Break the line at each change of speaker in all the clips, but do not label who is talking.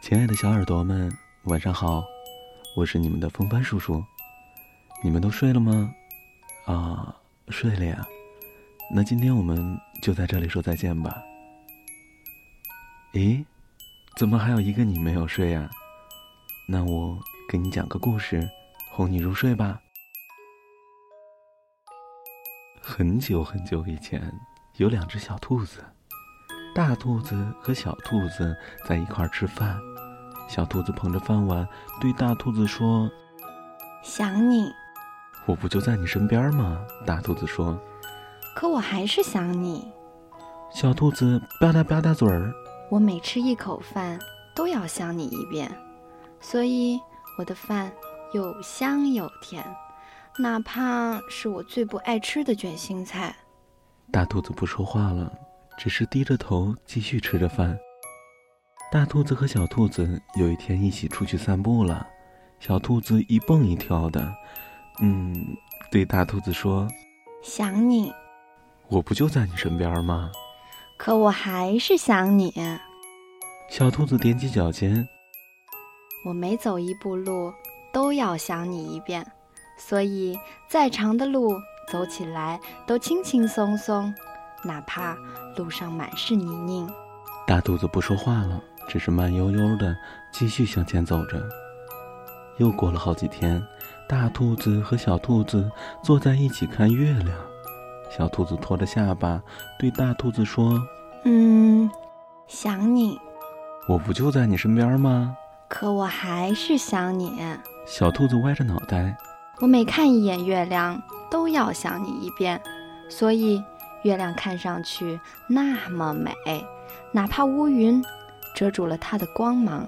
亲爱的小耳朵们，晚上好，我是你们的风帆叔叔。你们都睡了吗？啊，睡了呀。那今天我们就在这里说再见吧。咦，怎么还有一个你没有睡呀、那我给你讲个故事，哄你入睡吧。很久很久以前，有两只小兔子，大兔子和小兔子在一块儿吃饭。小兔子捧着饭碗对大兔子说
想你，：“
我不就在你身边吗？”大兔子说
可我还是想你。：“
小兔子吧嗒吧嗒嘴儿，
我每吃一口饭都要想你一遍，所以我的饭又香又甜，哪怕是我最不爱吃的卷心菜。
大兔子不说话了，只是低着头继续吃着饭。大兔子和小兔子有一天一起出去散步了，小兔子一蹦一跳的，嗯，对大兔子说
想你，：“
我不就在你身边吗
可我还是想你。？”
小兔子踮起脚尖，
我每走一步路都要想你一遍，所以再长的路走起来都轻轻松松，哪怕路上满是泥泞。
大兔子不说话了，只是慢悠悠的继续向前走着。又过了好几天，大兔子和小兔子坐在一起看月亮。小兔子拖着下巴对大兔子说：“
嗯，想你，
我不就在你身边吗？
可我还是想你。
小兔子歪着脑袋，
我每看一眼月亮，都要想你一遍，所以月亮看上去那么美，哪怕乌云遮住了它的光芒。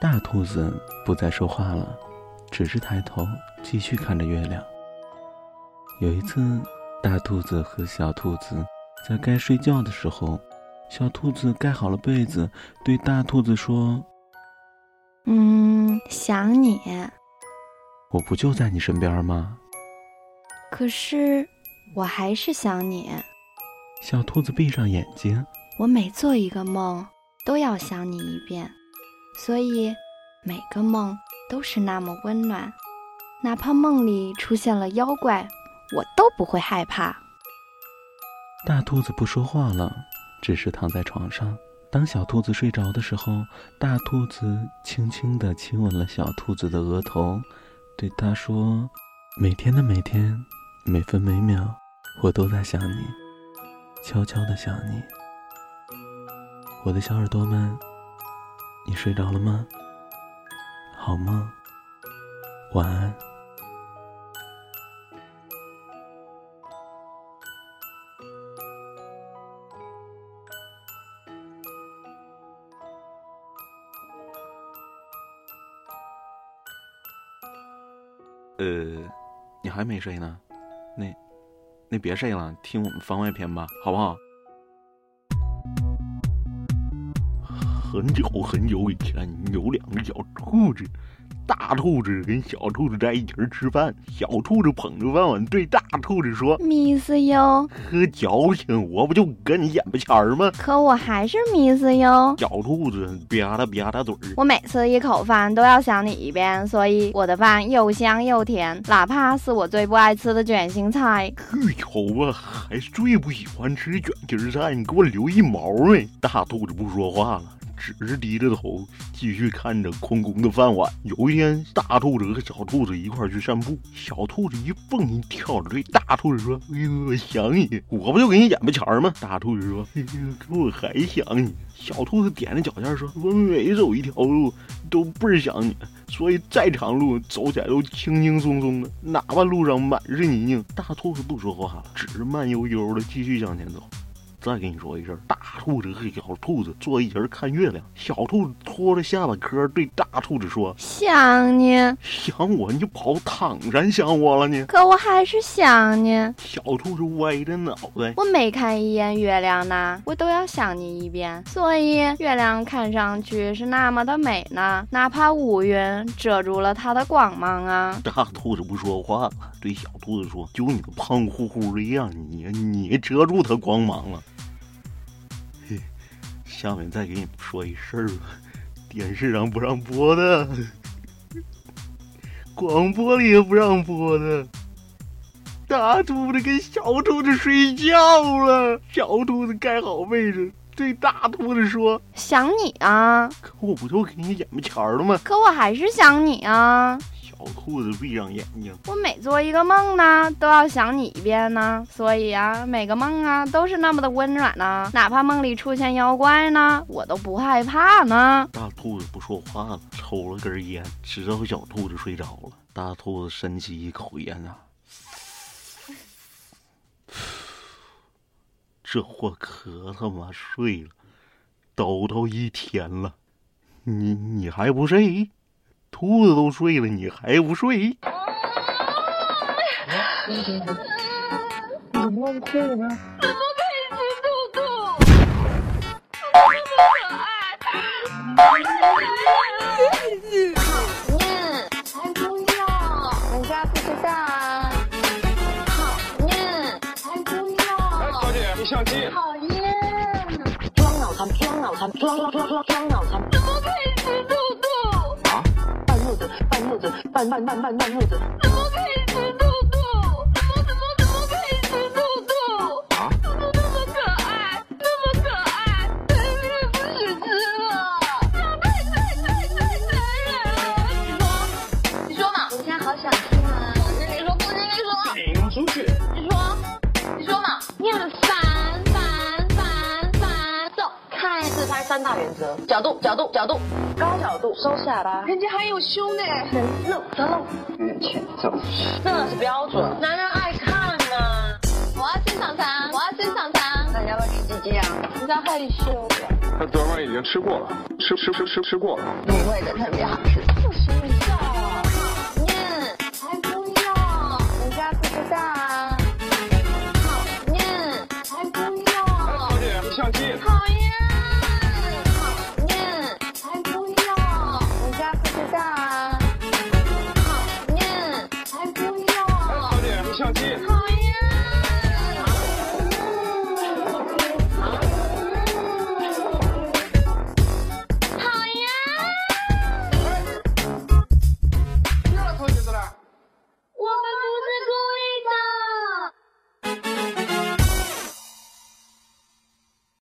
大兔子不再说话了，只是抬头继续看着月亮。有一次，大兔子和小兔子在该睡觉的时候，小兔子盖好了被子，对大兔子说
嗯，想你。：“
我不就在你身边吗
可是我还是想你。？”
小兔子闭上眼睛，
我每做一个梦，都要想你一遍，所以每个梦都是那么温暖，哪怕梦里出现了妖怪，我都不会害怕。
大兔子不说话了，只是躺在床上。当小兔子睡着的时候，大兔子轻轻地亲吻了小兔子的额头，对它说：“每天的每天，每分每秒，我都在想你，悄悄地想你。”我的小耳朵们，你睡着了吗？好梦，晚安。呃，你还没睡呢？那，那别睡了，听我们番外篇吧，好不好？很久很久以前，有两只小兔子，大兔子跟小兔子在一起儿吃饭，小兔子捧着饭碗对大兔子说
迷思哟，：“
喝矫情，我不就跟你眼巴前儿吗
可我还是迷思哟？”。
小兔子吧嗒吧嗒嘴儿，
我每次一口饭都要想你一遍，所以我的饭又香又甜，哪怕是我最不爱吃的卷心菜。
巨头啊，还最不喜欢吃卷心菜，你给我留一毛呗！大兔子不说话了，只是低着头继续看着空空的饭碗。有一天，大兔子和小兔子一块儿去散步，小兔子一蹦一跳着对大兔子说：“哎呦，我想你，我不就给你眼巴前儿吗？”大兔子说：“哎呦，可我还想你。”小兔子踮着脚尖说：“嗯我每走一条路都倍儿想你。”所以再长路走起来都轻轻松松的，哪怕路上满是泥泞，大兔子不说话了，只是慢悠悠的继续向前走。再跟你说一声，大兔子和小兔子坐一起儿看月亮，小兔子拖着下巴颏儿对大兔子说
想你，：“
想我你就跑唐山想我了呢。
可我还是想你。”
小兔子歪着脑袋，
我每看一眼月亮呢，我都要想你一遍，所以月亮看上去是那么的美呢，哪怕乌云遮住了它的光芒啊。
大兔子不说话了，对小兔子说：“就你个胖乎乎的样，你你遮住它光芒了。嘿”下面再给你们说一事儿吧，
电视上不让播的，广播里也不让播的。大兔子跟小兔子睡觉了，小兔子盖好被子，对大兔子说
想你啊，：“
可我不就给你眼巴前儿了吗
可我还是想你啊。？”
小兔子闭上眼睛，
我每做一个梦呢，都要想你一遍呢，所以啊，每个梦啊都是那么的温暖呢，哪怕梦里出现妖怪呢，我都不害怕呢。
大兔子不说话了，抽了根烟，直到小兔子睡着了。大兔子深吸一口烟啊， 这货可他妈睡了，都都一天了，你你还不睡？兔子都睡了，你还不睡？
讨厌，才不要！人嗯家不知道啊！讨厌，才不
哎，
要
小！姐，你相机。
哎讨厌，哎
装脑残，装脑残，装装装装装脑残，
怎么可以吃兔兔？
半路子，半路子，半半半半半路子。
怎么可以吃兔兔？怎么怎么怎么可以吃兔兔？兔兔那么可爱，那么可爱，残忍不许吃了！太太太太残忍了！你说，你说嘛？我现在好想吃啊！我跟你说，我跟你说。
请出去。
你说，你说嘛，你很烦烦烦烦，走开！
自拍三大原则：角度，角度，角度，高角度，收下巴，
人家还有胸呢，
人露，人露，人前走，这是标准，男人爱看呐、
我要欣赏他，我要欣赏他。
那你要不要吃鸡鸡啊？
你在害羞，
他昨晚已经吃过了，吃吃吃吃吃过了。
你会的，特别好吃。
不许你笑啊！